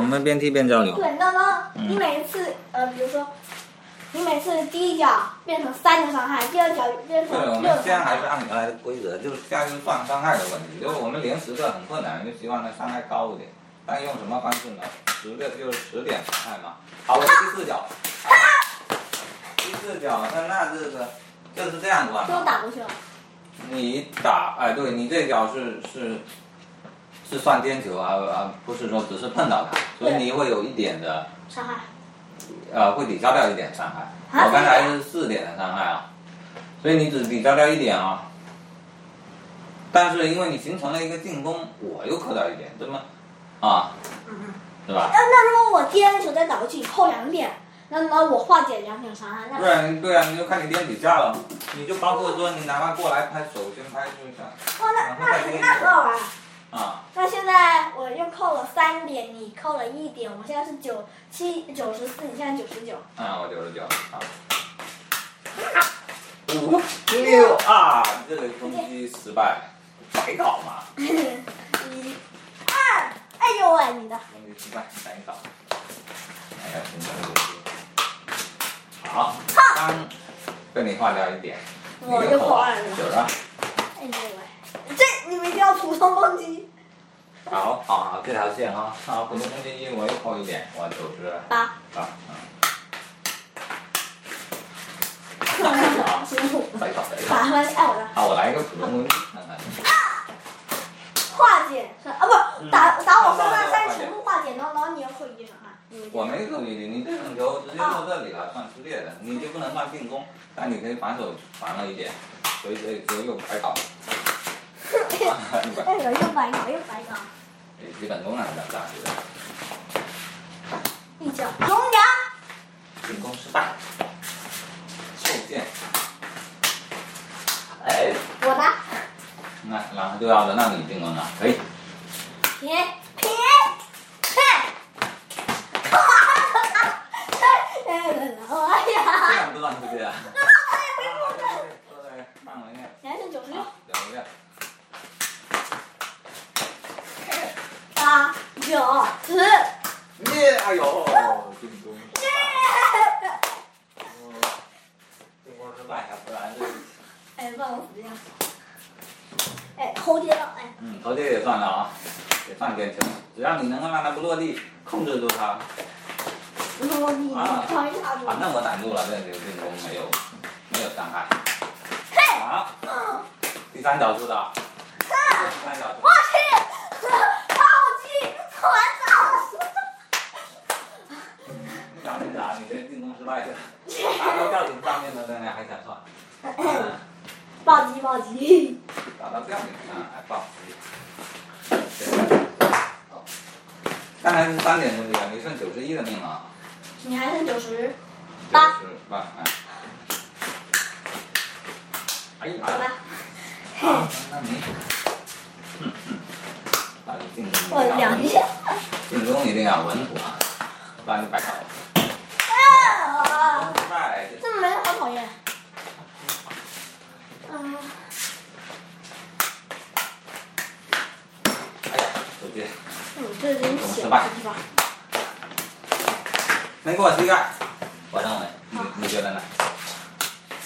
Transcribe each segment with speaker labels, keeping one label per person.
Speaker 1: 们边踢边交流。
Speaker 2: 对，那么
Speaker 1: 嗯
Speaker 2: 你每次呃，比如说，你每次第一脚变成三个伤害，第二脚变
Speaker 1: 对，我
Speaker 2: 成
Speaker 1: 们
Speaker 2: 六个
Speaker 1: 现在
Speaker 2: 伤
Speaker 1: 还是
Speaker 2: 害。
Speaker 1: 按原来的规则，就是下去放伤害的问题，就是我们零十个很困难，就希望它伤害高一点。但用什么方式呢？十个就是十点伤害嘛。好，我第四脚，第四脚，那那这个就是这样管
Speaker 2: 都
Speaker 1: 嘛。
Speaker 2: 打过去了，
Speaker 1: 你打，哎，对你这脚是是是算颠球啊啊，不是说只是碰到它，所以你会有一点的
Speaker 2: 伤害。
Speaker 1: 呃会抵消掉一点伤害。
Speaker 2: 啊
Speaker 1: 我刚才是四点的伤害啊，所以你只抵消掉一点啊。但是因为你形成了一个进攻，我又扣到一点，这么啊，
Speaker 2: 嗯。
Speaker 1: 是
Speaker 2: 那
Speaker 1: 吧？
Speaker 2: 那如果我第二球再打过去，扣两点，那么我化解两点伤害，
Speaker 1: 不
Speaker 2: 那
Speaker 1: 然对啊，你就看你边底下了，你就包括说你哪怕过来拍手，先拍出一下
Speaker 2: 哇，那那很那很好玩。
Speaker 1: 啊，
Speaker 2: 那现在我又扣了三点，你扣了一点，我现在是九七九十四，你现在九十九。
Speaker 1: 嗯，我九十九啊。五六啊，这个攻击失败，白搞嘛，
Speaker 2: 一二，哎呦喂，你的
Speaker 1: 攻击失败，白搞。哎呀，真的好，刚被你划掉一点，
Speaker 2: 我又扣二
Speaker 1: 九
Speaker 2: 了，
Speaker 1: 了。
Speaker 2: 哎呦喂，这你们一定要普通攻击。
Speaker 1: 好，好，好，这条线哈，啊，普通攻击一我又扣一点，我九十
Speaker 2: 八，
Speaker 1: 八，啊，
Speaker 2: 辛苦，
Speaker 1: 白搞白搞。
Speaker 2: 打完哎我的
Speaker 1: 好，我来一个普通攻击看看。
Speaker 2: 化解是啊不
Speaker 1: 嗯
Speaker 2: 打打我身
Speaker 1: 化解
Speaker 2: 上三
Speaker 1: 化解
Speaker 2: 全部化解，然后然后你又扣一伤害，你们
Speaker 1: 我没注意你，你这种球直接到这里了，算撕裂的，你就不能算进攻，但你可以防守防了一点，所以这就又白搞。啊你
Speaker 2: 哎
Speaker 1: 管
Speaker 2: 我又白搞又白搞，
Speaker 1: 基本功啊，咱大学的
Speaker 2: 一脚龙娘，
Speaker 1: 进攻失败，受限。哎，
Speaker 2: 我的
Speaker 1: 那然后就要轮到你进攻了，可以。
Speaker 2: 平平嘿，哈哈哈哈，哎我
Speaker 1: 这
Speaker 2: 呀，
Speaker 1: 样不乱出去啊。
Speaker 2: 那他也没
Speaker 1: 都在范围内。
Speaker 2: 你还剩九十六
Speaker 1: 好，聊一下。
Speaker 2: 八九十。
Speaker 1: 耶！哎呦，进攻失败。进攻失败，不然这。
Speaker 2: 哎，忘了怎么样。哎，后街道，哎，
Speaker 1: 嗯，投这个也算了啊，也算点球，只要你能够让它不落地，控制住它，
Speaker 2: 不是我你
Speaker 1: 啊
Speaker 2: 找一下
Speaker 1: 反
Speaker 2: 子。
Speaker 1: 正我挡住了，这个进攻没有没有伤害。
Speaker 2: 嘿，
Speaker 1: 好，
Speaker 2: 嗯，
Speaker 1: 第三角出的，
Speaker 2: 哼，
Speaker 1: 第三角出
Speaker 2: 我去，好鸡，我
Speaker 1: 你打没打？你这进攻失败的，打到吊顶上面的那还想算？
Speaker 2: 操！暴击暴击，
Speaker 1: 打到吊顶上还不好刚才是三点攻击啊，你剩九十一的命啊，
Speaker 2: 你还剩九十，
Speaker 1: 九
Speaker 2: 八
Speaker 1: 十八，哎，哎呀
Speaker 2: 好，吧？
Speaker 1: 啊，那你，把你进攻
Speaker 2: 我哦两下，
Speaker 1: 进攻一定要稳妥，不然就白搞了。
Speaker 2: 啊，
Speaker 1: 哎，
Speaker 2: 这门好讨厌。嗯，
Speaker 1: 哎呀，手机
Speaker 2: 嗯，这人写的地方，
Speaker 1: 没给我膝盖，我认为你你觉得呢？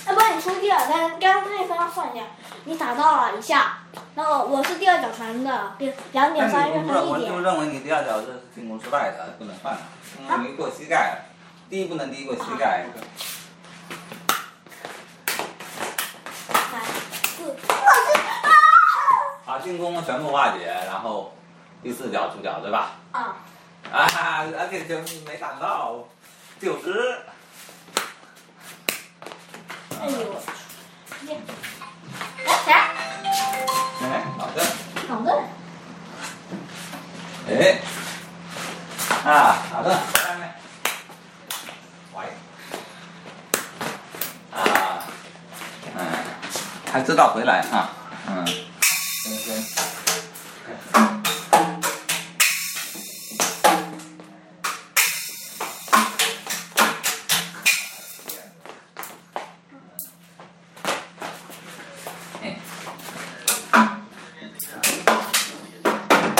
Speaker 2: 要不然你出第二，但刚刚那分要算一下，你打到了一下，然后我是第二脚传的，变两点
Speaker 1: 但
Speaker 2: 三
Speaker 1: 你
Speaker 2: 变
Speaker 1: 不
Speaker 2: 成一
Speaker 1: 我就
Speaker 2: 点。
Speaker 1: 认为你第二脚是进攻失败的，不能犯的，没过膝盖，第一不能低过膝盖，
Speaker 2: 三四，我是啊
Speaker 1: 把进攻全部化解，然后第四脚出脚对吧？
Speaker 2: 啊！
Speaker 1: 啊，而且就没挡到，九十。
Speaker 2: 哎呦，我去！哎啥？
Speaker 1: 哎，好的。
Speaker 2: 脑子？
Speaker 1: 哎，啊，好的，拜拜。喂，À. 啊，嗯，还知道回来啊。